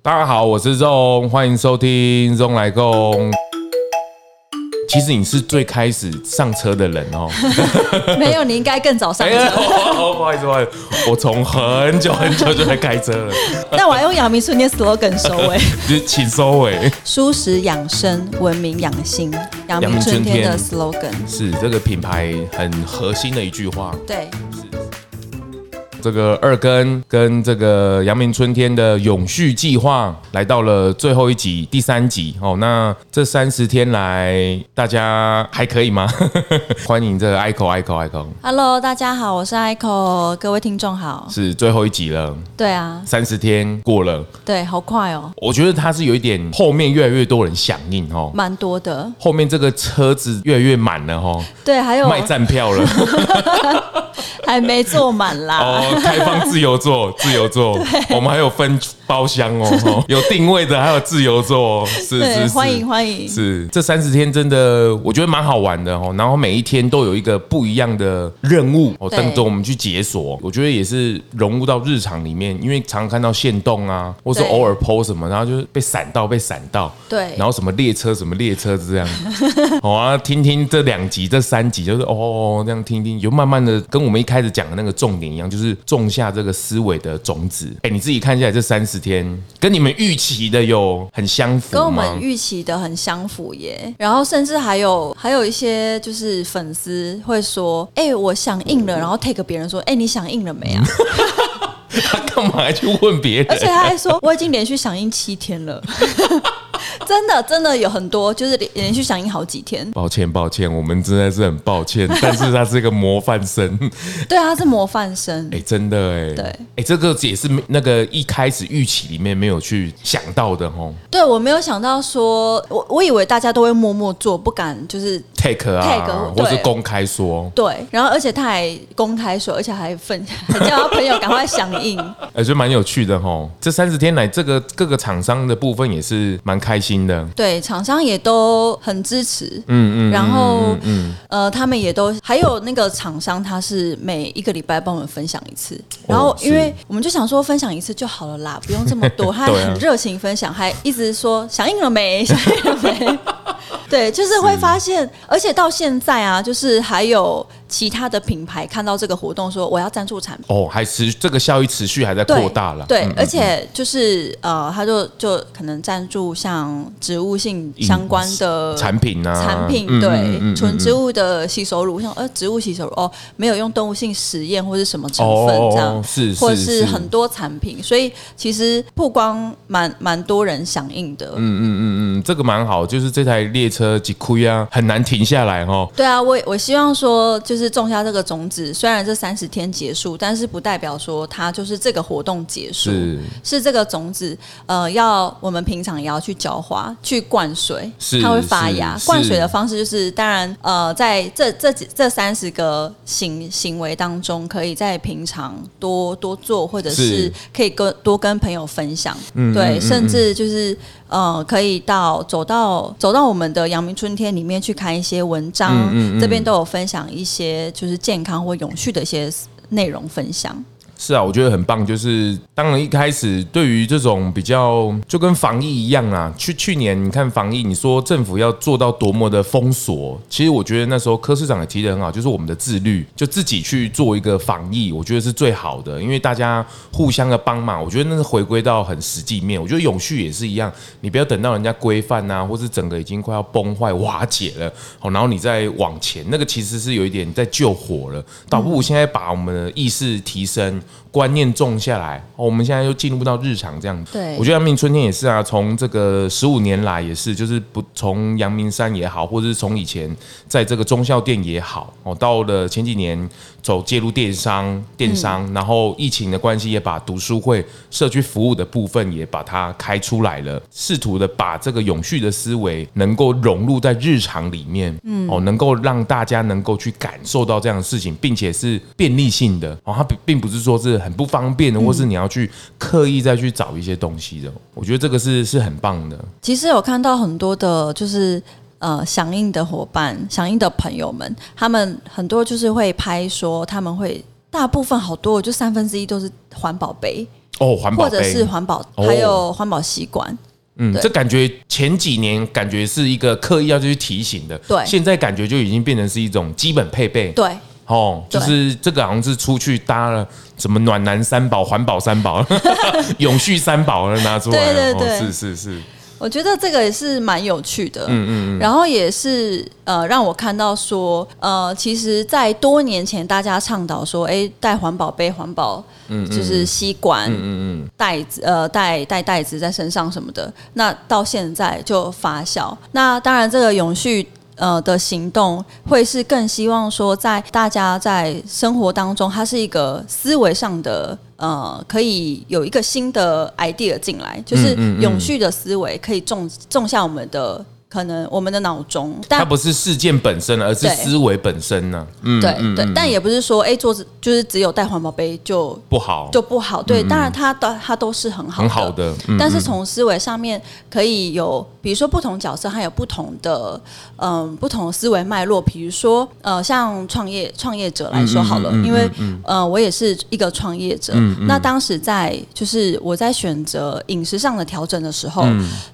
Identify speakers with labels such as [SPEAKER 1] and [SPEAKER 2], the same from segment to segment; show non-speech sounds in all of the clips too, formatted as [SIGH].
[SPEAKER 1] 大家好，我是 Zong，欢迎收听 Zong 来共。其实你是最开始上车的人 [LAUGHS] 哦。
[SPEAKER 2] 没有，你应该更早上
[SPEAKER 1] 哎呀，
[SPEAKER 2] 车。
[SPEAKER 1] 哦哦不好意思，不好意思，我从很久很久就在开车 [LAUGHS] 了，
[SPEAKER 2] 但我还用阳明书念 slogan 收
[SPEAKER 1] [LAUGHS]
[SPEAKER 2] 尾：
[SPEAKER 1] 就是请收尾。
[SPEAKER 2] 舒适养生，文明养心。阳明春天的 slogan。
[SPEAKER 1] 是这个品牌很核心的一句话。
[SPEAKER 2] 对，
[SPEAKER 1] 这个二根跟这个阳明春天的永续计划来到了最后一集，第三集哦。那这三十天来，大家还可以吗？ [LAUGHS] 欢迎这个 i c o i c o i c o
[SPEAKER 2] Hello，大家好，我是 Echo，各位听众好。
[SPEAKER 1] 是最后一集了，
[SPEAKER 2] 对啊，
[SPEAKER 1] 三十天过了，
[SPEAKER 2] 对，好快哦，
[SPEAKER 1] 我觉得它是有一点后面越来越多人响应哦，
[SPEAKER 2] 蛮多的。
[SPEAKER 1] 后面这个车子越来越满了哦，
[SPEAKER 2] 对，啊还有
[SPEAKER 1] 卖站票了
[SPEAKER 2] 还没坐满啦。 [LAUGHS]
[SPEAKER 1] 哦，开放自由座，自由座，我们还有分包厢哦，哦有定位的，还有自由座哦，是
[SPEAKER 2] 对，
[SPEAKER 1] 是是，
[SPEAKER 2] 欢迎欢迎。
[SPEAKER 1] 是，这三十天真的我觉得蛮好玩的哦。然后每一天都有一个不一样的任务哦，
[SPEAKER 2] 对
[SPEAKER 1] 等着我们去解锁。我觉得也是融入到日常里面，因为常看到线动啊，或是
[SPEAKER 2] 对
[SPEAKER 1] 偶尔 PO 什么，然后就是被闪到，被闪到。
[SPEAKER 2] 对
[SPEAKER 1] 然后什么列车，什么列车这
[SPEAKER 2] [LAUGHS]
[SPEAKER 1] 样。好啊，听听这两集、这三集，就是哦哦这样听听，就慢慢的跟我们一开始讲的那个重点一样，就是种下这个思维的种子。哎，你自己看下来这三十天，跟你们预期的有很相符吗？
[SPEAKER 2] 跟我们预期的很相符耶。然后甚至还有还有一些就是粉丝会说，哎、我响应了，然后 take 别人说，哎、你响应了没啊？
[SPEAKER 1] 他干嘛还去问别
[SPEAKER 2] 而且
[SPEAKER 1] 人？
[SPEAKER 2] 他还说，我已经连续响应七天了。 [LAUGHS] 真的，真的有很多，就是连连续响应好几天。
[SPEAKER 1] 抱歉，抱歉，我们真的是很抱歉， [LAUGHS] 但是他是一个模范生，
[SPEAKER 2] 对啊，他是模范生
[SPEAKER 1] 哎、，真的哎、
[SPEAKER 2] 对
[SPEAKER 1] 哎、这个也是那个一开始预期里面没有去想到的哦
[SPEAKER 2] 对我没有想到说，我我以为大家都会默默做，不敢就是
[SPEAKER 1] ，take 啊
[SPEAKER 2] Take，哦
[SPEAKER 1] 或是
[SPEAKER 2] 对
[SPEAKER 1] 公开说，
[SPEAKER 2] 对。然后而且他还公开说，而且还分，还叫他朋友赶快响应。
[SPEAKER 1] 哎、觉得蛮有趣的哦。这三十天来，这个各个厂商的部分也是蛮开心的，
[SPEAKER 2] 对，厂商也都很支持，嗯嗯，然后呃，他们也都还有那个厂商，他是每一个礼拜帮我们分享一次，然后
[SPEAKER 1] 哦
[SPEAKER 2] 因为
[SPEAKER 1] 是
[SPEAKER 2] 我们就想说分享一次就好了 [LAUGHS] 啦，不用这么多，他还
[SPEAKER 1] 对啊
[SPEAKER 2] 很热情分享，还一直说响应了没，响应了没。 [LAUGHS] 对，就是会发现，而且到现在啊，就是还有其他的品牌看到这个活动说我要赞助产品。
[SPEAKER 1] 哦，还持这个效益持续还在
[SPEAKER 2] 对
[SPEAKER 1] 扩大了，
[SPEAKER 2] 对，
[SPEAKER 1] 嗯
[SPEAKER 2] 而且就是呃，他就就可能赞助像植物性相关的
[SPEAKER 1] 产品啊，
[SPEAKER 2] 产品，
[SPEAKER 1] 嗯
[SPEAKER 2] 对，纯植物的洗手乳，像呃植物洗手乳哦，没有用动物性实验或是什么成分
[SPEAKER 1] 哦
[SPEAKER 2] 这样，
[SPEAKER 1] 是是
[SPEAKER 2] 或者
[SPEAKER 1] 是
[SPEAKER 2] 是很多产品，所以其实不光蛮蛮多人响应的，
[SPEAKER 1] 嗯，这个蛮好，就是这台列车几亏啊，很难停下来哦。
[SPEAKER 2] 对啊，我也我希望说，就是种下这个种子，虽然这三十天结束，但是不代表说它就是这个活动结束，
[SPEAKER 1] 是
[SPEAKER 2] 是这个种子，呃，要我们平常也要去浇花、去灌水
[SPEAKER 1] 是，
[SPEAKER 2] 它会发芽
[SPEAKER 1] 是。是
[SPEAKER 2] 灌水的方式就是，当然，呃，在这这几这三十个行行为当中，可以在平常多多做，或者
[SPEAKER 1] 是嗯
[SPEAKER 2] 是可以跟多跟朋友分享，对，甚至就是呃，可以到走到走到我们的阳明春天里面去看一些文章，
[SPEAKER 1] 嗯
[SPEAKER 2] 这边都有分享一些就是健康或永续的一些内容分享。
[SPEAKER 1] 是啊，我觉得很棒。就是当然一开始对于这种比较，就跟防疫一样啊。去去年你看防疫，你说政府要做到多么的封锁，其实我觉得那时候柯市长也提得很好，就是我们的自律，就自己去做一个防疫，我觉得是最好的，因为大家互相的帮忙，我觉得那是回归到很实际面。我觉得永续也是一样，你不要等到人家规范啊，或是整个已经快要崩坏瓦解了，哦，然后你再往前，那个其实是有一点在救火了，倒不如现在把我们的意识提升，观念种下来。哦，我们现在又进入到日常这样。
[SPEAKER 2] 对
[SPEAKER 1] 我觉得阳明春天也是啊，从这个十五年来也是，就是不从阳明山也好，或者是从以前在这个中校店也好，哦，到了前几年走介入电商，电商，然后疫情的关系也把读书会、社区服务的部分也把它开出来了，试图的把这个永续的思维能够融入在日常里面，嗯，哦，能够让大家能够去感受到这样的事情，并且是便利性的，哦，它并并不是说是很不方便
[SPEAKER 2] 嗯
[SPEAKER 1] 的，或是你要去刻意再去找一些东西的，我觉得这个是是很棒的，
[SPEAKER 2] 其实有看到很多的，就是呃响应的伙伴、响应的朋友们，他们很多就是会拍说他们会。大部分好多，就三分之一都是环保杯，
[SPEAKER 1] 哦，环保
[SPEAKER 2] 或
[SPEAKER 1] 杯
[SPEAKER 2] 者是环保，
[SPEAKER 1] 哦
[SPEAKER 2] 还有环保吸管。
[SPEAKER 1] 嗯，
[SPEAKER 2] 对
[SPEAKER 1] 这感觉前几年感觉是一个刻意要去提醒的，
[SPEAKER 2] 对
[SPEAKER 1] 现在感觉就已经变成是一种基本配备，
[SPEAKER 2] 对，
[SPEAKER 1] 哦，就
[SPEAKER 2] 对
[SPEAKER 1] 是这个好像是出去搭了什么暖男三宝、环保三宝、 [LAUGHS] 永续三宝了拿出来了，
[SPEAKER 2] 对对对
[SPEAKER 1] 哦，是是是，
[SPEAKER 2] 我觉得这个也是蛮有趣的，嗯嗯然后也是呃，让我看到说，呃，其实，在多年前大家倡导说，哎，带环保杯、环保，就是吸管，嗯嗯，袋子，呃，带带袋子在身上什么的，那到现在就发酵。那当然，这个永续。呃的行动会是更希望说，在大家在生活当中，它是一个思维上的呃，可以有一个新的 idea 进来，就是
[SPEAKER 1] 嗯
[SPEAKER 2] 永续的思维可以种种下我们的可能我们的脑中，但
[SPEAKER 1] 它不是事件本身，而是
[SPEAKER 2] 对
[SPEAKER 1] 思维本身呢、嗯，
[SPEAKER 2] 对
[SPEAKER 1] 嗯
[SPEAKER 2] 对
[SPEAKER 1] 嗯，
[SPEAKER 2] 但也不是说哎，做就是只有带环保杯就
[SPEAKER 1] 不好，
[SPEAKER 2] 就不好，对，当然它都它都是很好
[SPEAKER 1] 嗯很好的，嗯，
[SPEAKER 2] 但是从思维上面可以有，比如说不同角色，它有不同的嗯、不同的思维脉络。比如说呃，像创业创业者来说好了，
[SPEAKER 1] 嗯
[SPEAKER 2] 因为呃我也是一个创业者，那当时在就是我在选择饮食上的调整的时候，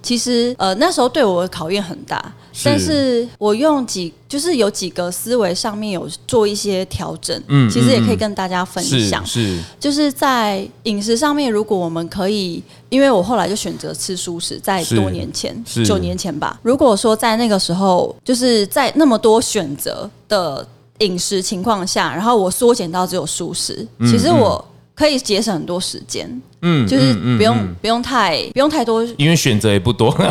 [SPEAKER 2] 其实呃那时候对我的考验很大，
[SPEAKER 1] 嗯是
[SPEAKER 2] 但是我用几就是有几个思维上面有做一些调整，
[SPEAKER 1] 嗯
[SPEAKER 2] 其实也可以跟大家分
[SPEAKER 1] 是
[SPEAKER 2] 享。
[SPEAKER 1] 是，
[SPEAKER 2] 就是在饮食上面，如果我们可以，因为我后来就选择吃素食，在
[SPEAKER 1] 是
[SPEAKER 2] 多年前
[SPEAKER 1] 是，
[SPEAKER 2] 九年前吧。如果说在那个时候，就是在那么多选择的饮食情况下，然后我缩减到只有素食，其实我可以节省很多时间，
[SPEAKER 1] 嗯，
[SPEAKER 2] 就是
[SPEAKER 1] 嗯嗯
[SPEAKER 2] 不用、
[SPEAKER 1] 嗯
[SPEAKER 2] 不用太不用太多
[SPEAKER 1] 因为选择也不多， [LAUGHS]
[SPEAKER 2] 选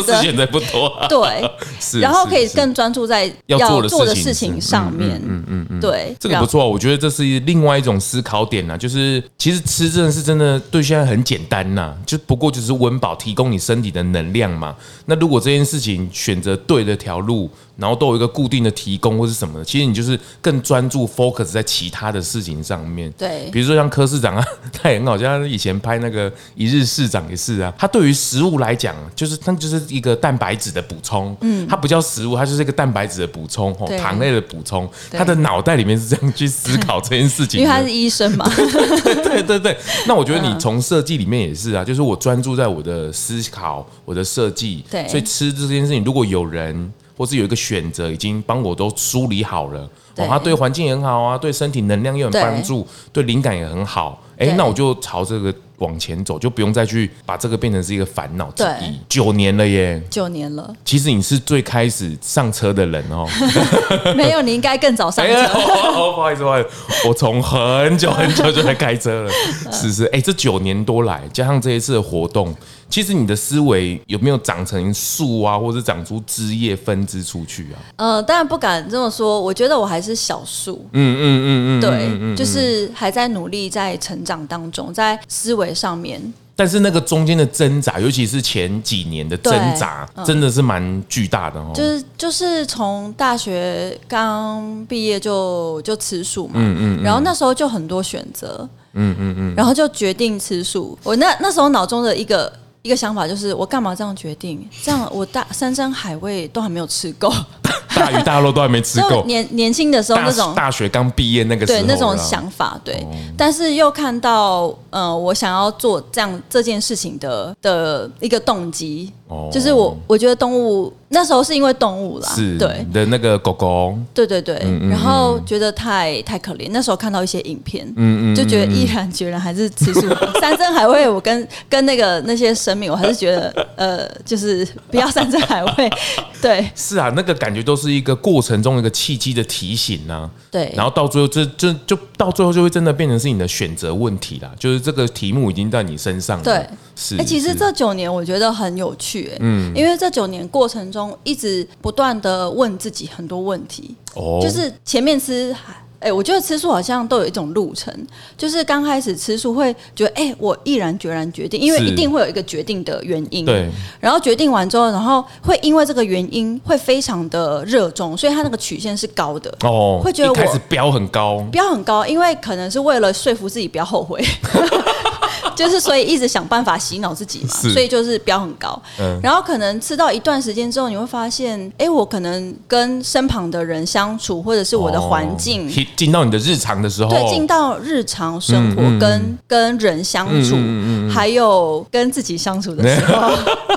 [SPEAKER 1] 说是选择也不多，
[SPEAKER 2] 对，
[SPEAKER 1] [LAUGHS] 是，
[SPEAKER 2] 然后可以
[SPEAKER 1] 是是
[SPEAKER 2] 更专注在
[SPEAKER 1] 要做的
[SPEAKER 2] 做的
[SPEAKER 1] 事
[SPEAKER 2] 事
[SPEAKER 1] 情
[SPEAKER 2] 情
[SPEAKER 1] 是
[SPEAKER 2] 上面，
[SPEAKER 1] 嗯嗯嗯嗯
[SPEAKER 2] 对，
[SPEAKER 1] 这个
[SPEAKER 2] 然
[SPEAKER 1] 不
[SPEAKER 2] 后
[SPEAKER 1] 错，我觉得这是另外一种思考点啊，就是其实吃真的是真的对现在很简单呐、就不过就是温饱提供你身体的能量嘛。那如果这件事情选择对的条路，然后都有一个固定的提供或是什么的，其实你就是更专注 focus 在其他的事情上面。
[SPEAKER 2] 对
[SPEAKER 1] 比如说像柯市长啊， [LAUGHS] 他也很好像以前拍那个《一日市长》也是啊，他对于食物来讲，就是它就是一个蛋白质的补充，嗯，它不叫食物，它就是一个蛋白质的补充，哦，
[SPEAKER 2] 对
[SPEAKER 1] 糖类的补充，
[SPEAKER 2] 对
[SPEAKER 1] 他的脑袋里面是这样去思考这件事情
[SPEAKER 2] 因为他嗯
[SPEAKER 1] 的
[SPEAKER 2] 是。医生嘛， [LAUGHS]
[SPEAKER 1] [LAUGHS] 对对对，那我觉得你从设计里面也是啊，就是我专注在我的思考、我的设计，
[SPEAKER 2] 对
[SPEAKER 1] 所以吃这件事情，如果有人或是有一个选择已经帮我都梳理好了，哦
[SPEAKER 2] 对，
[SPEAKER 1] 它对环境也很好啊，对身体能量也很
[SPEAKER 2] 对
[SPEAKER 1] 帮助，对灵感也很好，哎
[SPEAKER 2] 对，
[SPEAKER 1] 那我就朝这个往前走，就不用再去把这个变成是一个烦恼之
[SPEAKER 2] 对
[SPEAKER 1] 一。九年了耶，
[SPEAKER 2] 九年了，
[SPEAKER 1] 其实你是最开始上车的人哦。
[SPEAKER 2] 没有，你应该更早上
[SPEAKER 1] 哎
[SPEAKER 2] 车
[SPEAKER 1] 呀，。 [LAUGHS] 哦不好意思，不好意思，我从很久很久就在开车
[SPEAKER 2] [LAUGHS]
[SPEAKER 1] 了。是是，哎，这九年多来，加上这一次的活动，其实你的思维有没有长成树啊，或者长出枝叶分支出去啊？
[SPEAKER 2] 呃，当然不敢这么说，我觉得我还是小数，
[SPEAKER 1] 嗯嗯嗯嗯，
[SPEAKER 2] 对，
[SPEAKER 1] 嗯嗯
[SPEAKER 2] 就是还在努力在成长当中，在思维上面，
[SPEAKER 1] 但是那个中间的挣扎，尤其是前几年的挣扎，真的是蛮巨大的哦。
[SPEAKER 2] 嗯就是就是从大学刚毕业就就吃素嘛，嗯嗯然后那时候就很多选择，嗯嗯嗯，然后就决定吃素。我那那时候脑中的一个。一个想法就是，我干嘛这样决定？这样我大山珍海味都还没有吃够，
[SPEAKER 1] 大鱼大肉都还没吃
[SPEAKER 2] [LAUGHS] 就
[SPEAKER 1] 够，
[SPEAKER 2] 年年轻的时候
[SPEAKER 1] 大
[SPEAKER 2] 那种
[SPEAKER 1] 大学刚毕业那个时候
[SPEAKER 2] 对
[SPEAKER 1] 啊，
[SPEAKER 2] 那种想法，对，但是又看到，呃，我想要做这样这件事情的的一个动机，
[SPEAKER 1] 哦
[SPEAKER 2] 就是我我觉得动物那时候是因嗯为动物啦，
[SPEAKER 1] 是
[SPEAKER 2] 对
[SPEAKER 1] 你的那个狗狗，
[SPEAKER 2] 对对对，然后觉得太太可怜，那时候看到一些影片，嗯嗯，就觉得毅然决然还是吃 [LAUGHS] 素，山珍海味，我跟跟那个那些生命，我还是觉得，呃，就是不要山珍海味， [LAUGHS] 对
[SPEAKER 1] 是啊，那个感觉都是一个过程中一个契机的提醒啊呢、
[SPEAKER 2] 对，
[SPEAKER 1] 然后到最后，这这就到最后就会真的变成是你的选择问题啦，就是这个题目已经在你身上了。
[SPEAKER 2] 对
[SPEAKER 1] 是。
[SPEAKER 2] 哎、其实
[SPEAKER 1] 是
[SPEAKER 2] 这九年我觉得很有趣、哎，嗯，因为这九年过程中一直不断的问自己很多问题，
[SPEAKER 1] 哦，
[SPEAKER 2] 就是前面吃，哎、我觉得吃素好像都有一种路程，就是刚开始吃素会觉得，哎、我毅然决然决定，因为
[SPEAKER 1] 是
[SPEAKER 2] 一定会有一个决定的原因，
[SPEAKER 1] 对，
[SPEAKER 2] 然后决定完之后，然后会因为这个原因会非常的热衷，所以它那个曲线是高的，
[SPEAKER 1] 哦，
[SPEAKER 2] 会觉得
[SPEAKER 1] 一开
[SPEAKER 2] 我
[SPEAKER 1] 始标很高， [LAUGHS]
[SPEAKER 2] 不要很高，因为可能是为了说服自己不要后悔。就是所以一直想办法洗脑自己嘛，
[SPEAKER 1] 是
[SPEAKER 2] 所以就是标很高。
[SPEAKER 1] 嗯
[SPEAKER 2] 然后可能吃到一段时间之后，你会发现，哎，我可能跟身旁的人相处，或者是我的环境
[SPEAKER 1] 哦，进进到你的日常的时候，
[SPEAKER 2] 对，进到日常生活，
[SPEAKER 1] 嗯嗯嗯嗯
[SPEAKER 2] 跟跟人相处，还有跟自己相处的时
[SPEAKER 1] [LAUGHS]
[SPEAKER 2] 候，
[SPEAKER 1] 嗯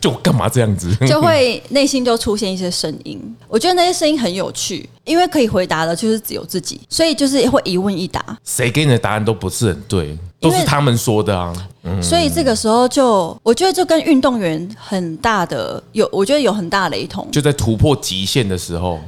[SPEAKER 1] 就我干嘛这样子？
[SPEAKER 2] 就会内心就出现一些声音。我觉得那些声音很有趣，因为可以回答的就是只有自己，所以就是会一问一答。
[SPEAKER 1] [LAUGHS] 谁给你的答案都不是很对，都
[SPEAKER 2] 因为
[SPEAKER 1] 是他们说的啊。
[SPEAKER 2] 所以这个时候就，我觉得就跟运动员很大的有，我觉得有很大雷同。
[SPEAKER 1] 就在突破极限的时候，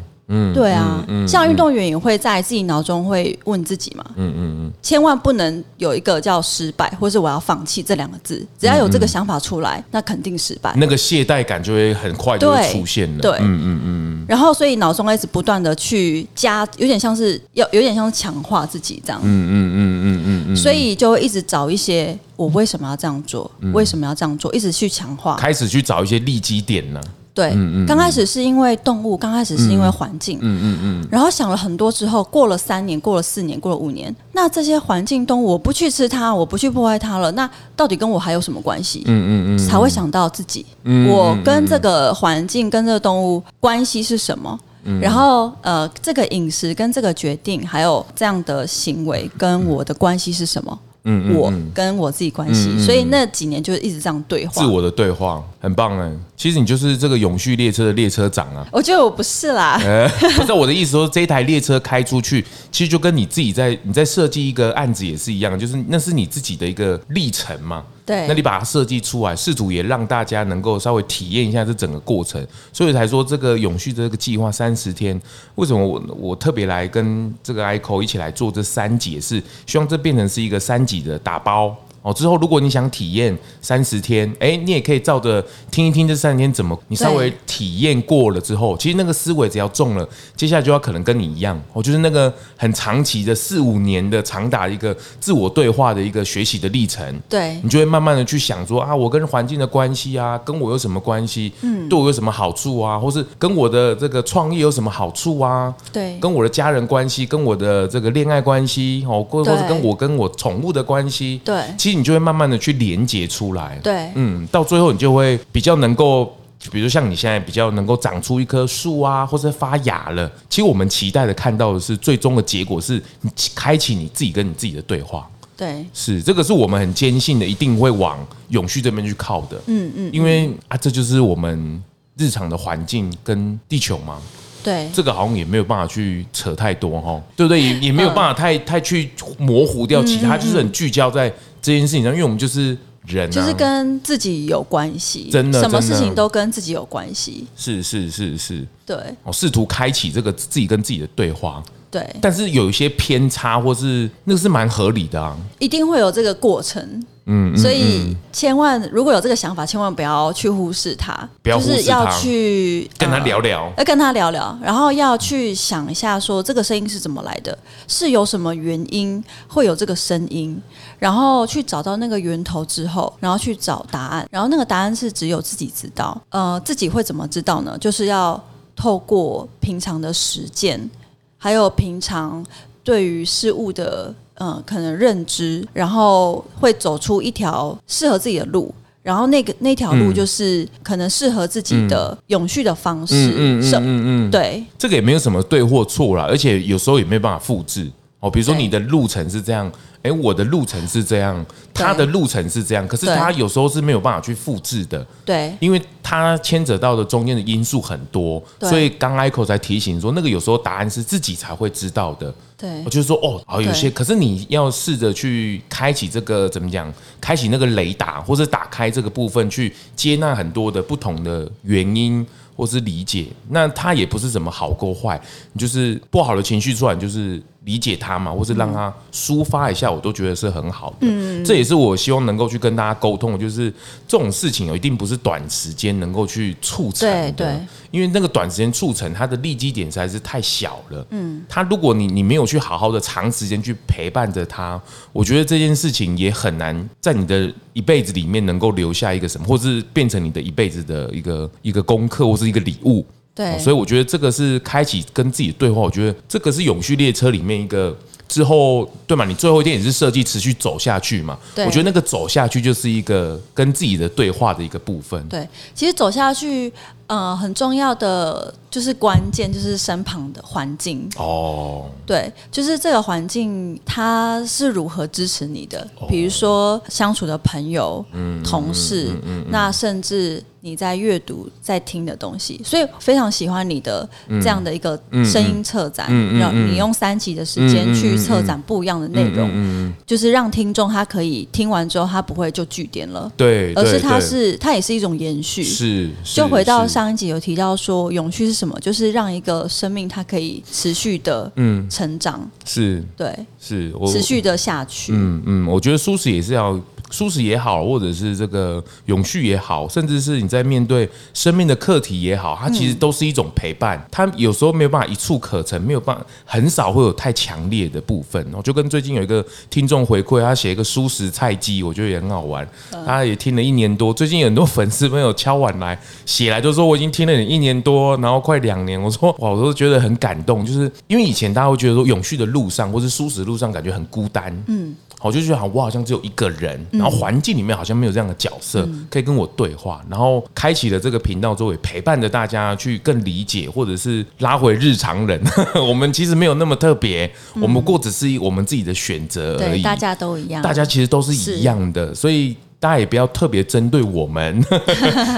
[SPEAKER 2] 对啊，像运动员也会在自己脑中会问自己嘛，嗯嗯嗯，千万不能有一个叫失败，或是我要放弃这两个字。只要有这个想法出来，嗯那肯定失败。
[SPEAKER 1] 那个懈怠感就会很快就会
[SPEAKER 2] 对
[SPEAKER 1] 出现了。
[SPEAKER 2] 呃对，嗯嗯嗯。然后，所以脑中开始不断的去加，有点像是要有点像是强化自己这样。嗯嗯嗯嗯嗯。所以就会一直找一些我为什么要这样做，为什么要这样做，一直去强化。
[SPEAKER 1] 开始去找一些利基点呢、
[SPEAKER 2] 对，刚开始是因为动物，刚开始是因为环境，嗯嗯嗯，然后想了很多之后，过了三年，过了四年，过了五年，那这些环境动物我不去吃它，我不去破坏它了，那到底跟我还有什么关系？嗯嗯嗯，才会想到自己，我跟这个环境跟这个动物关系是什么？然后，呃，这个饮食跟这个决定，还有这样的行为跟我的关系是什么？嗯，我跟我自己关系，所以那几年就一直这样对话
[SPEAKER 1] 自。我的对话很棒哎、其实你就是这个永续列车的列车长啊。
[SPEAKER 2] 我觉得我不是啦，
[SPEAKER 1] 呃， [LAUGHS] 不是我的意思说，这一台列车开出去，其实就跟你自己在你在设计一个案子也是一样，就是那是你自己的一个历程嘛。
[SPEAKER 2] 对
[SPEAKER 1] 那你把它设计出来，试图也让大家能够稍微体验一下这整个过程，所以才说这个永续这个计划三十天，为什么我我特别来跟这个 ICO 一起来做这三集，也是希望这变成是一个三级的打包。哦，之后如果你想体验三十天，哎，你也可以照着听一听这三十天怎么，你稍微
[SPEAKER 2] 对
[SPEAKER 1] 体验过了之后，其实那个思维只要中了，接下来就要可能跟你一样，哦，就是那个很长期的四五年的长达一个自我对话的一个学习的历程。
[SPEAKER 2] 对
[SPEAKER 1] 你就会慢慢的去想说啊，我跟环境的关系啊，跟我有什么关系？嗯，对我有什么好处啊？或是跟我的这个创业有什么好处啊？
[SPEAKER 2] 对
[SPEAKER 1] 跟我的家人关系，跟我的这个恋爱关系，哦，或
[SPEAKER 2] 对
[SPEAKER 1] 或是跟我跟我宠物的关系，
[SPEAKER 2] 对
[SPEAKER 1] 其实你就会慢慢的去连接出来，
[SPEAKER 2] 对
[SPEAKER 1] 嗯，到最后你就会比较能够。比如像你现在比较能够长出一棵树啊，或是发芽了，其实我们期待的看到的是最终的结果是你开启你自己跟你自己的对话。
[SPEAKER 2] 对
[SPEAKER 1] 是，这个是我们很坚信的，一定会往永续这边去靠的。嗯嗯，因为啊，这就是我们日常的环境跟地球嘛，
[SPEAKER 2] 对
[SPEAKER 1] 这个好像也没有办法去扯太多哈，对不对？也也没有办法太、太去模糊掉其他，就是很聚焦在这件事情上，因为我们就是人、啊，
[SPEAKER 2] 就是跟自己有关系，
[SPEAKER 1] 真的
[SPEAKER 2] 什么
[SPEAKER 1] 真的
[SPEAKER 2] 事情都跟自己有关系。
[SPEAKER 1] 是是是是，
[SPEAKER 2] 对
[SPEAKER 1] 我试图开启这个自己跟自己的对话，
[SPEAKER 2] 对，
[SPEAKER 1] 但是有一些偏差或是那个是蛮合理的啊。
[SPEAKER 2] 一定会有这个过程。嗯，所以千万如果有这个想法，千万不要去忽视它，
[SPEAKER 1] 不要
[SPEAKER 2] 就
[SPEAKER 1] 忽
[SPEAKER 2] 是
[SPEAKER 1] 视
[SPEAKER 2] 要
[SPEAKER 1] 它
[SPEAKER 2] 去
[SPEAKER 1] 跟他
[SPEAKER 2] 呃
[SPEAKER 1] 聊聊，
[SPEAKER 2] 要跟他聊聊，然后要去想一下，说这个声音是怎么来的，是有什么原因会有这个声音，然后去找到那个源头之后，然后去找答案，然后那个答案是只有自己知道。呃，自己会怎么知道呢？就是要透过平常的实践，还有平常对于事物的嗯、呃可能认知，然后会走出一条适合自己的路。然后那个那条
[SPEAKER 1] 嗯
[SPEAKER 2] 路就是可能适合自己的永续的方式，
[SPEAKER 1] 嗯嗯
[SPEAKER 2] 是
[SPEAKER 1] 嗯嗯嗯，
[SPEAKER 2] 对
[SPEAKER 1] 这个也没有什么对或错啦，而且有时候也没办法复制哦。比如说
[SPEAKER 2] 对
[SPEAKER 1] 你的路程是这样，诶，我的路程是这样，
[SPEAKER 2] 对
[SPEAKER 1] 他的路程是这样，可是
[SPEAKER 2] 对
[SPEAKER 1] 他有时候是没有办法去复制的，
[SPEAKER 2] 对
[SPEAKER 1] 因为它牵扯到的中间的因素很多，
[SPEAKER 2] 对
[SPEAKER 1] 所以刚 Echo 才提醒说，那个有时候答案是自己才会知道的。
[SPEAKER 2] 对
[SPEAKER 1] 我就是说，哦，好，有
[SPEAKER 2] 对
[SPEAKER 1] 些，可是你要试着去开启这个怎么讲，开启那个雷达，或是打开这个部分，去接纳很多的不同的原因，或是理解。那它也不是什么好或坏，你就是不好的情绪出来，你就是理解它嘛，或是让它抒发一下，我都觉得是很好的。嗯，这也是我希望能够去跟大家沟通的，就是这种事情哦，一定不是短时间能够去促成的。
[SPEAKER 2] 对对
[SPEAKER 1] 因为那个短时间促成它的利基点实在是太小了。嗯，它如果你你没有去好好的长时间去陪伴着它，我觉得这件事情也很难在你的一辈子里面能够留下一个什么，或是变成你的一辈子的一个一个功课或是一个礼物。哦
[SPEAKER 2] 对，
[SPEAKER 1] 所以我觉得这个是开启跟自己对话，我觉得这个是永续列车里面一个之后对嘛？你最后一天也是设计持续走下去嘛？
[SPEAKER 2] 对
[SPEAKER 1] 我觉得那个走下去就是一个跟自己的对话的一个部分。
[SPEAKER 2] 对，其实走下去，呃，很重要的就是关键就是身旁的环境，
[SPEAKER 1] 哦，
[SPEAKER 2] 对，就是这个环境它是如何支持你的，
[SPEAKER 1] 哦
[SPEAKER 2] 比如说相处的朋友、同事，
[SPEAKER 1] 嗯
[SPEAKER 2] 那甚至你在阅读、在听的东西，所以非常喜欢你的
[SPEAKER 1] 嗯
[SPEAKER 2] 这样的一个声音策展，然后你用三集的时间去策展不一样的内
[SPEAKER 1] 嗯
[SPEAKER 2] 容，就是让听众他可以听完之后，他不会就据点了，
[SPEAKER 1] 对，
[SPEAKER 2] 而是
[SPEAKER 1] 对
[SPEAKER 2] 它
[SPEAKER 1] 对
[SPEAKER 2] 是它也是一种延续，
[SPEAKER 1] 是，是
[SPEAKER 2] 就回到
[SPEAKER 1] 是
[SPEAKER 2] 上一集有提到说，永续是什么？就是让一个生命它可以持续的
[SPEAKER 1] 嗯
[SPEAKER 2] 成长，
[SPEAKER 1] 是
[SPEAKER 2] 对，
[SPEAKER 1] 是，我
[SPEAKER 2] 持续的下去。
[SPEAKER 1] 嗯嗯，我觉得舒适也是要舒适也好，或者是这个永续也好，甚至是你在面对生命的课题也好，它其实都是一种陪伴。它有时候没有办法一触可成，没有办法，很少会有太强烈的部分。我就跟最近有一个听众回馈，他写一个舒适菜鸡，我觉得也很好玩。他也听了一年多，最近有很多粉丝朋友敲碗来写来，就说我已经听了你一年多，然后快两年。我说哇，我都觉得很感动，就是因为以前大家会觉得说永续的路上或是舒适的路上感觉很孤单，嗯。我就觉得好，我好像只有一个人，
[SPEAKER 2] 嗯
[SPEAKER 1] 然后环境里面好像没有这样的角色、可以跟我对话，然后开启了这个频道之后，也陪伴着大家去更理解，或者是拉回日常人。 [LAUGHS] 我们其实没有那么特别，我们不过只是一我们自己的选择而
[SPEAKER 2] 嗯对，
[SPEAKER 1] 已。
[SPEAKER 2] 大家都一样。
[SPEAKER 1] 大家其实都是一样的，所以大家也不要特别针对我
[SPEAKER 2] [LAUGHS]
[SPEAKER 1] 们，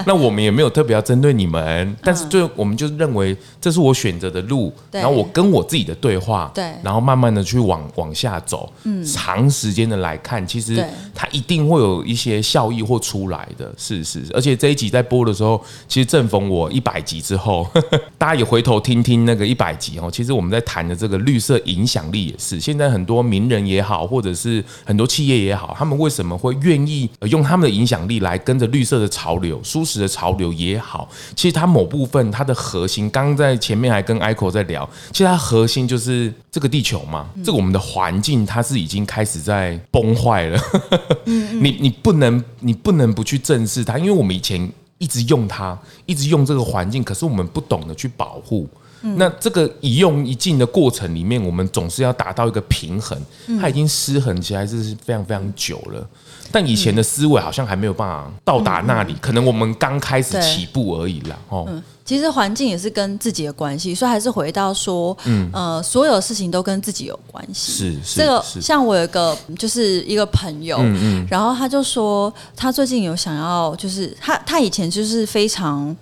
[SPEAKER 1] 那我们也没有特别要针对你
[SPEAKER 2] 嗯
[SPEAKER 1] 们，但是就我们就认为这是我选择的路，
[SPEAKER 2] 对
[SPEAKER 1] 然后我跟我自己的对话，
[SPEAKER 2] 对嗯
[SPEAKER 1] 然后慢慢的去往往下走，长时间的来看，其实
[SPEAKER 2] 对
[SPEAKER 1] 它一定会有一些效益或出来的，是是，是而且这一集在播的时候，其实正逢我一百集之后， [LAUGHS] 大家也回头听听那个一百集哦，其实我们在谈的这个绿色影响力也是，现在很多名人也好，或者是很多企业也好，他们为什么会愿意呃用他们的影响力来跟着绿色的潮流、舒适的潮流也好，其实它某部分它的核心，刚刚在前面还跟 Ico 在聊，其实它核心就是这个地球嘛，这个我们的环境它是已经开始在崩坏了，
[SPEAKER 2] 嗯
[SPEAKER 1] 你你不能你不能不去正视它，因为我们以前一直用它，一直用这个环境，可是我们不懂得去保护。
[SPEAKER 2] 嗯
[SPEAKER 1] 那这个一用一进的过程里面，我们总是要达到一个平衡，
[SPEAKER 2] 嗯
[SPEAKER 1] 它已经失衡起来是非常非常久了。但以前的思维好像还没有办法到达那里，可能我们刚开始
[SPEAKER 2] 嗯对嗯
[SPEAKER 1] 起步而已啦。哦，
[SPEAKER 2] 其实环境也是跟自己的关系，所以还是回到说，呃，所有事情都跟自己有关系。
[SPEAKER 1] 嗯是是
[SPEAKER 2] 这个
[SPEAKER 1] 是嗯
[SPEAKER 2] 像我有一个就是一个朋友，然后他就说他最近有想要，就是他他以前就是非常，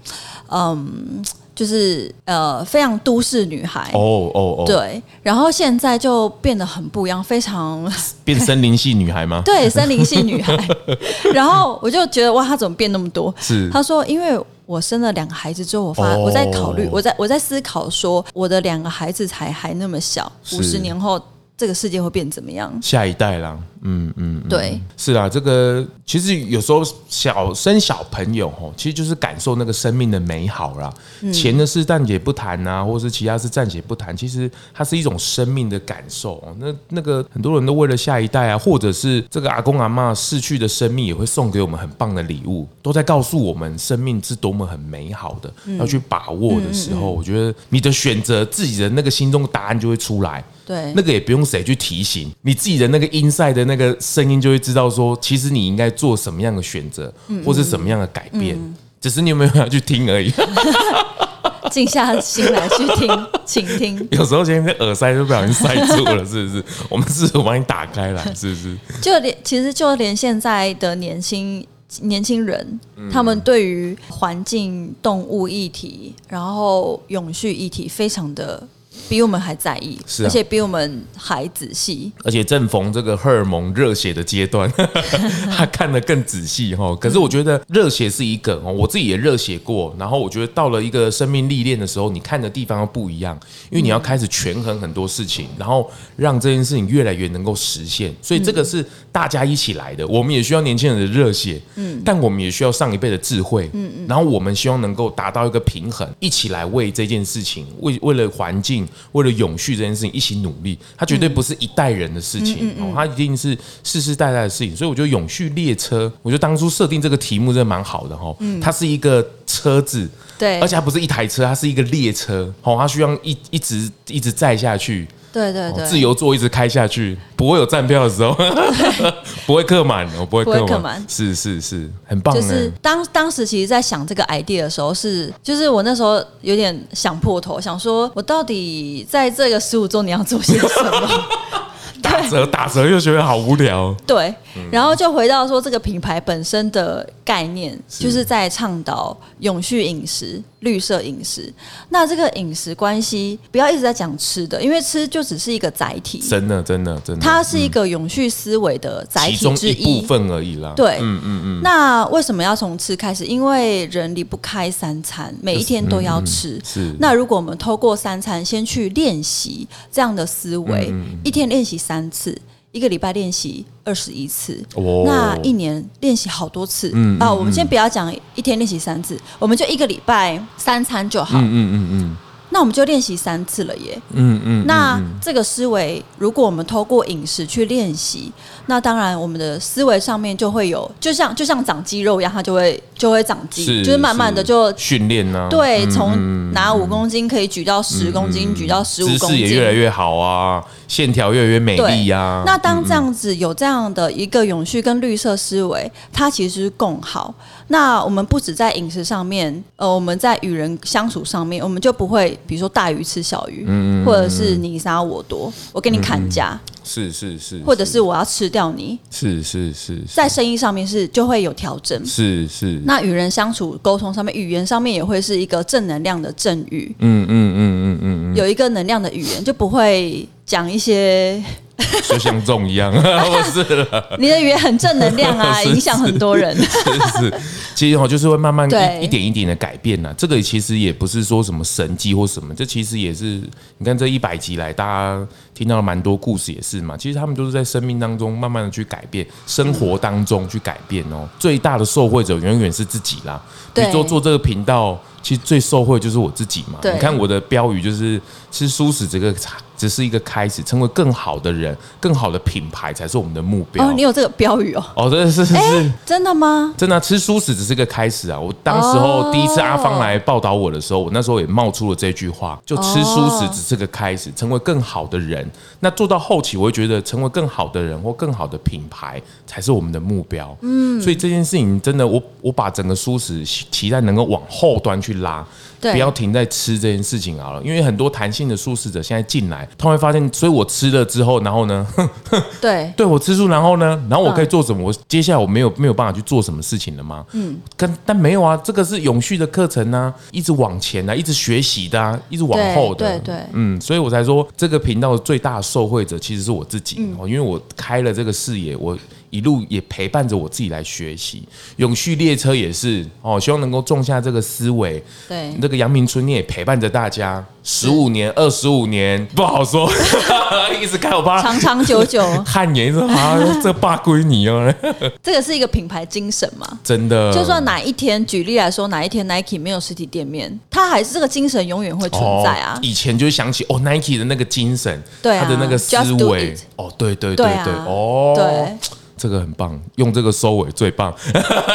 [SPEAKER 2] 嗯，就是呃非常都市女孩。
[SPEAKER 1] 哦哦哦，
[SPEAKER 2] 对，然后现在就变得很不一样，非常 [LAUGHS]
[SPEAKER 1] 变森林系女孩吗？
[SPEAKER 2] 对森林系女
[SPEAKER 1] [LAUGHS]
[SPEAKER 2] 孩。然后我就觉得哇，她怎么变那么多？
[SPEAKER 1] 是
[SPEAKER 2] 她说，因为我生了两个孩子之后，我发、
[SPEAKER 1] 哦
[SPEAKER 2] 我在考虑，我在我在思考说，我的两个孩子才还那么小，
[SPEAKER 1] 是
[SPEAKER 2] 五十年后这个世界会变怎么样？
[SPEAKER 1] 下一代啦，嗯嗯。
[SPEAKER 2] 对，
[SPEAKER 1] 是啊，这个其实有时候小生小朋友哦，其实就是感受那个生命的美好啦。钱的事暂且不谈啊，或是其他事暂且不谈，其实它是一种生命的感受哦。那那个很多人都为了下一代啊，或者是这个阿公阿嬷逝去的生命，也会送给我们很棒的礼物，都在告诉我们生命是多么很美好的，要去把握的时候，我觉得你的选择自己的那个心中答案就会出来。
[SPEAKER 2] 对，
[SPEAKER 1] 那个也不用谁去提醒，你自己的那个 inside 的那个声音就会知道说，其实你应该做什么样的选择，或是什么样的改变，只是你有没有要去听而已。 [LAUGHS]
[SPEAKER 2] 静下心来去听， [LAUGHS] 请听。
[SPEAKER 1] 有时候现在耳塞都不小心塞住了，是不是？ [LAUGHS] 我们试图帮你打开来，是不是？
[SPEAKER 2] 就连其实就连现在的年轻年轻人，
[SPEAKER 1] 嗯
[SPEAKER 2] 他们对于环境、动物议题，然后永续议题，非常的比我们还在意，
[SPEAKER 1] 是啊
[SPEAKER 2] 而且比我们还仔细。
[SPEAKER 1] 而且正逢这个荷尔蒙热血的阶段，他看得更仔细哈。可是我觉得热血是一个哦，我自己也热血过。然后我觉得到了一个生命历练的时候，你看的地方又不一样，因为你要开始权衡很多事情，然后让这件事情越来越能够实现。所以这个是大家一起来的，我们也需要年轻人的热血，嗯，但我们也需要上一辈的智慧，嗯嗯。然后我们希望能够达到一个平衡，一起来为这件事情，为为了环境，为了永续这件事情一起努力。它绝对不是一代人的事
[SPEAKER 2] 嗯
[SPEAKER 1] 情，哦，它一定是世世代代的事情。所以我觉得永续列车，我觉得当初设定这个题目真的蛮好的哈、哦，它是一个。车车子，
[SPEAKER 2] 嗯对，
[SPEAKER 1] 而且它不是一台车，它是一个列车，哦，它需要一一直一直载下去，
[SPEAKER 2] 对对
[SPEAKER 1] 哦
[SPEAKER 2] 对，
[SPEAKER 1] 自由座一直开下去，不会有站票的时候， [LAUGHS] 不会客满，哦我不会
[SPEAKER 2] 不会
[SPEAKER 1] 客
[SPEAKER 2] 客
[SPEAKER 1] 满
[SPEAKER 2] 满，
[SPEAKER 1] 是是是，很棒
[SPEAKER 2] 就
[SPEAKER 1] 哎，
[SPEAKER 2] 是当当时其实，在想这个 idea 的时候是，就是我那时候有点想破头，想说我到底在这个十五周年要做些什么？
[SPEAKER 1] 打折打折又觉得好无聊，
[SPEAKER 2] 对，
[SPEAKER 1] 嗯
[SPEAKER 2] 然后就回到说这个品牌本身的概念，就是在倡导永续饮食、绿色饮食。那这个饮食关系，不要一直在讲吃的，因为吃就只是一个载体，
[SPEAKER 1] 真的真的真的，
[SPEAKER 2] 它是一个永续思维的载
[SPEAKER 1] 其
[SPEAKER 2] 体
[SPEAKER 1] 中
[SPEAKER 2] 之
[SPEAKER 1] 一部分而已啦，
[SPEAKER 2] 对，嗯嗯嗯。那为什么要从吃开始？因为人离不开三餐，每一天都要吃。
[SPEAKER 1] 嗯是
[SPEAKER 2] 那如果我们透过三餐先去练习这样的思维，
[SPEAKER 1] 嗯
[SPEAKER 2] 一天练习三次，一个礼拜练习二十一次，
[SPEAKER 1] 哦嗯
[SPEAKER 2] 那一年练习好多次。啊，我们先不要讲一天练习三次，我们就一个礼拜三餐就好。那我们就练习三次了耶。
[SPEAKER 1] 嗯嗯，
[SPEAKER 2] 那这个思维，如果我们透过饮食去练习，那当然我们的思维上面就会有，就像就像长肌肉一样，它就会就会长肌，
[SPEAKER 1] 是
[SPEAKER 2] 就是慢慢的就。
[SPEAKER 1] 训练呢，
[SPEAKER 2] 对，
[SPEAKER 1] 嗯
[SPEAKER 2] 从拿五公斤可以举到十公斤，举到十五
[SPEAKER 1] 姿
[SPEAKER 2] 公
[SPEAKER 1] 势
[SPEAKER 2] 斤，
[SPEAKER 1] 也越来越好啊，线条越来越美丽啊呀，
[SPEAKER 2] 那当这样子有这样的一个永续跟绿色思维，它其实是共好。那我们不止在饮食上面，呃，我们在与人相处上面，我们就不会比如说大鱼吃小
[SPEAKER 1] 嗯
[SPEAKER 2] 鱼，或者是你杀我夺，我跟你砍价，
[SPEAKER 1] 是是是，
[SPEAKER 2] 或者是我要吃掉你，
[SPEAKER 1] 是是是是
[SPEAKER 2] 在生意上面是就会有调整。
[SPEAKER 1] 是是，
[SPEAKER 2] 那与人相处、沟通上面，语言上面也会是一个正能量的正语，
[SPEAKER 1] 嗯嗯嗯嗯嗯
[SPEAKER 2] 有一个能量的语言，就不会讲一些
[SPEAKER 1] 嗯，就像中一样， [LAUGHS] 我是了，
[SPEAKER 2] 你的语言很正能量啊，
[SPEAKER 1] [LAUGHS] 是
[SPEAKER 2] 影响很多人。
[SPEAKER 1] 是是，其实哦，就是会慢慢
[SPEAKER 2] 对
[SPEAKER 1] 一一点一点的改变呐。这个其实也不是说什么神迹或什么，这其实也是你看这一百集来，大家听到了蛮多故事也是嘛。其实他们都是在生命当中慢慢的去改变，生活当中去改变哦。最大的受惠者永远是自己啦。比
[SPEAKER 2] 对
[SPEAKER 1] 如说做这个频道。其实最受惠就是我自己嘛，
[SPEAKER 2] 对
[SPEAKER 1] 你看我的标语就是“吃素食”这个只是一个开始，成为更好的人、更好的品牌才是我们的目标。
[SPEAKER 2] 哦，你有这个标语哦？
[SPEAKER 1] 哦，对，是是是，
[SPEAKER 2] 真的吗？
[SPEAKER 1] 真的啊、吃素食只是个开始啊！我当时候
[SPEAKER 2] 哦
[SPEAKER 1] 第一次阿芳来报道我的时候，我那时候也冒出了这句话，就吃素
[SPEAKER 2] 哦
[SPEAKER 1] 食只是个开始，成为更好的人。那做到后期，我会觉得成为更好的人或更好的品牌才是我们的目标。嗯，所以这件事情真的，我我把整个素食期期待能够往后端去拉。
[SPEAKER 2] 对
[SPEAKER 1] 不要停在吃这件事情好了，因为很多弹性的素食者现在进来，他会发现，所以我吃了之后，然后呢，
[SPEAKER 2] 对
[SPEAKER 1] 对我吃素，然后呢，然后我可
[SPEAKER 2] 嗯
[SPEAKER 1] 以做什么？我接下来我没有没有办法去做什么事情了吗？嗯，但但没有啊，这个是永续的课程啊，一直往前啊，一直学习的啊，一直往
[SPEAKER 2] 对
[SPEAKER 1] 后的，
[SPEAKER 2] 对对
[SPEAKER 1] 嗯，所以我才说这个频道最大的受惠者其实是我自己
[SPEAKER 2] 嗯
[SPEAKER 1] 哦，因为我开了这个视野，我一路也陪伴着我自己来学习。永续列车也是哦，希望能够种下这个思维。
[SPEAKER 2] 对
[SPEAKER 1] 那个阳明春你也陪伴着大家十五年、二十五年，不好说， [LAUGHS] 一直开我怕
[SPEAKER 2] 长长
[SPEAKER 1] [LAUGHS]
[SPEAKER 2] 久久，
[SPEAKER 1] 汗颜说啊，
[SPEAKER 2] [LAUGHS]
[SPEAKER 1] 这爸归你哦， [LAUGHS]
[SPEAKER 2] 这个是一个品牌精神嘛。
[SPEAKER 1] 真的。
[SPEAKER 2] 就算哪一天，举例来说，哪一天 Nike 没有实体店面，它还是这个精神永远会存在啊
[SPEAKER 1] 哦。以前就想起哦，Nike 的那个精神，
[SPEAKER 2] 对啊
[SPEAKER 1] 他的那个思
[SPEAKER 2] Just do
[SPEAKER 1] 维
[SPEAKER 2] it，
[SPEAKER 1] 哦，对对对，
[SPEAKER 2] 对啊，
[SPEAKER 1] 哦，
[SPEAKER 2] 对。
[SPEAKER 1] 这个很棒，用这个收尾最棒， [LAUGHS]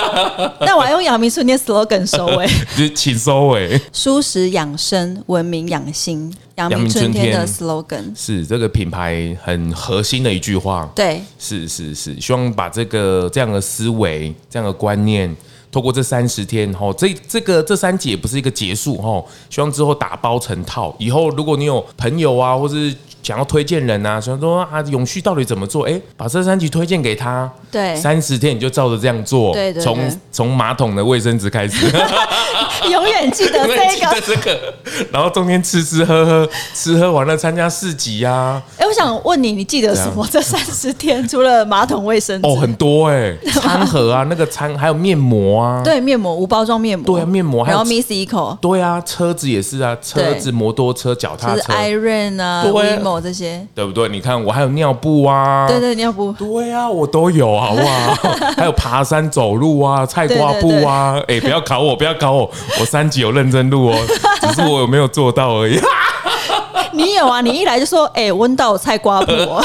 [SPEAKER 2] 但我还用阳明书念 slogan 收
[SPEAKER 1] [LAUGHS]
[SPEAKER 2] 尾：
[SPEAKER 1] 就请收尾。
[SPEAKER 2] 舒适养生，文明养心。阳
[SPEAKER 1] 阳
[SPEAKER 2] 明
[SPEAKER 1] 明
[SPEAKER 2] 春
[SPEAKER 1] 春
[SPEAKER 2] 天的
[SPEAKER 1] 天
[SPEAKER 2] slogan，
[SPEAKER 1] 是这个品牌很核心的一句话， [LAUGHS]
[SPEAKER 2] 对
[SPEAKER 1] 是是是，希望把这个这样的思维、这样的观念，透过这三十天，吼，这这个这三集也不是一个结束，吼，希望之后打包成套。以后如果你有朋友啊，或是想要推荐人啊，想说啊，永续到底怎么做？哎，把这三集推荐给他，
[SPEAKER 2] 对，
[SPEAKER 1] 三十天你就照着这样做，
[SPEAKER 2] 对对
[SPEAKER 1] 从
[SPEAKER 2] 对
[SPEAKER 1] 从马桶的卫生纸开
[SPEAKER 2] [LAUGHS]
[SPEAKER 1] 始，
[SPEAKER 2] 永远记得这
[SPEAKER 1] [LAUGHS]
[SPEAKER 2] 个。
[SPEAKER 1] 这个，然后中间吃吃喝喝，吃喝完了参加市集啊，
[SPEAKER 2] 哎，我想问你，你记得什么？这三十天除了马桶卫生纸，
[SPEAKER 1] 哦，很多哎、
[SPEAKER 2] [LAUGHS]
[SPEAKER 1] 餐盒啊，那个餐还有面膜啊，
[SPEAKER 2] 对面膜无包装面膜，
[SPEAKER 1] 对啊面膜还有
[SPEAKER 2] 然后 Miss Eco，
[SPEAKER 1] 对啊，车子也是啊，车子、
[SPEAKER 2] 对
[SPEAKER 1] 摩托车、脚
[SPEAKER 2] 就
[SPEAKER 1] 踏
[SPEAKER 2] 是
[SPEAKER 1] 车，
[SPEAKER 2] Iron 啊、
[SPEAKER 1] 对啊
[SPEAKER 2] Vimo 这些。
[SPEAKER 1] 对不对？你看我还有尿布啊，
[SPEAKER 2] 对对，你要不
[SPEAKER 1] 对啊，我都有，好不
[SPEAKER 2] [LAUGHS]
[SPEAKER 1] 好？还有爬山走路啊，菜瓜布啊，哎、不要考我，不要考我，我三级有认真录
[SPEAKER 2] [LAUGHS]
[SPEAKER 1] 哦，只是我有没有做到而已。 [LAUGHS] [LAUGHS]
[SPEAKER 2] 你有啊？你一来就说，哎、温到有菜瓜布、哦，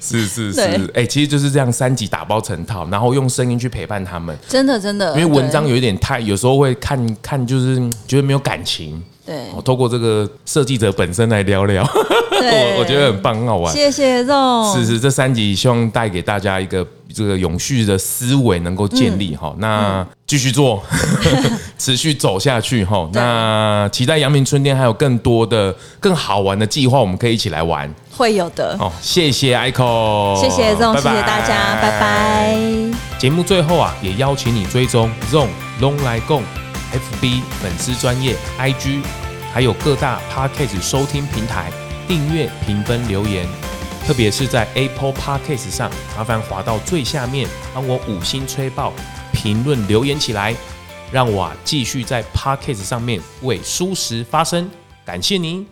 [SPEAKER 1] 是是是
[SPEAKER 2] 对，
[SPEAKER 1] 哎、其实就是这样，三集打包成套，然后用声音去陪伴他们。
[SPEAKER 2] 真的真的，
[SPEAKER 1] 因为文章
[SPEAKER 2] 对
[SPEAKER 1] 有一点太，有时候会看看，就是嗯觉得没有感情。
[SPEAKER 2] 对
[SPEAKER 1] 我透过这个设计者本身来聊聊，[LAUGHS]
[SPEAKER 2] 对
[SPEAKER 1] 我我觉得很棒，很好玩。
[SPEAKER 2] 谢谢肉，
[SPEAKER 1] 是是，这三集希望带给大家一个这个永续的思维能够建
[SPEAKER 2] 嗯
[SPEAKER 1] 立哈、那继续做， [LAUGHS] 持续走下去
[SPEAKER 2] [LAUGHS]
[SPEAKER 1] 哈。那期待阳明春天还有更多的更好玩的计划，我们可以一起来玩
[SPEAKER 2] 会有的。
[SPEAKER 1] 哦。谢谢 Ico，
[SPEAKER 2] 谢谢肉，
[SPEAKER 1] 拜
[SPEAKER 2] 谢
[SPEAKER 1] 拜
[SPEAKER 2] 谢大家，拜拜。
[SPEAKER 1] 节目最后啊，也邀请你追踪 Zone Long 来共 FB 粉丝专业 IG，还有各大 Podcast 收听平台订阅、评分、留言，特别是在 Apple Podcast 上，麻烦滑到最下面，帮我五星吹爆，评论留言起来，让我啊继续在 Podcast 上面为舒适发声。感谢您。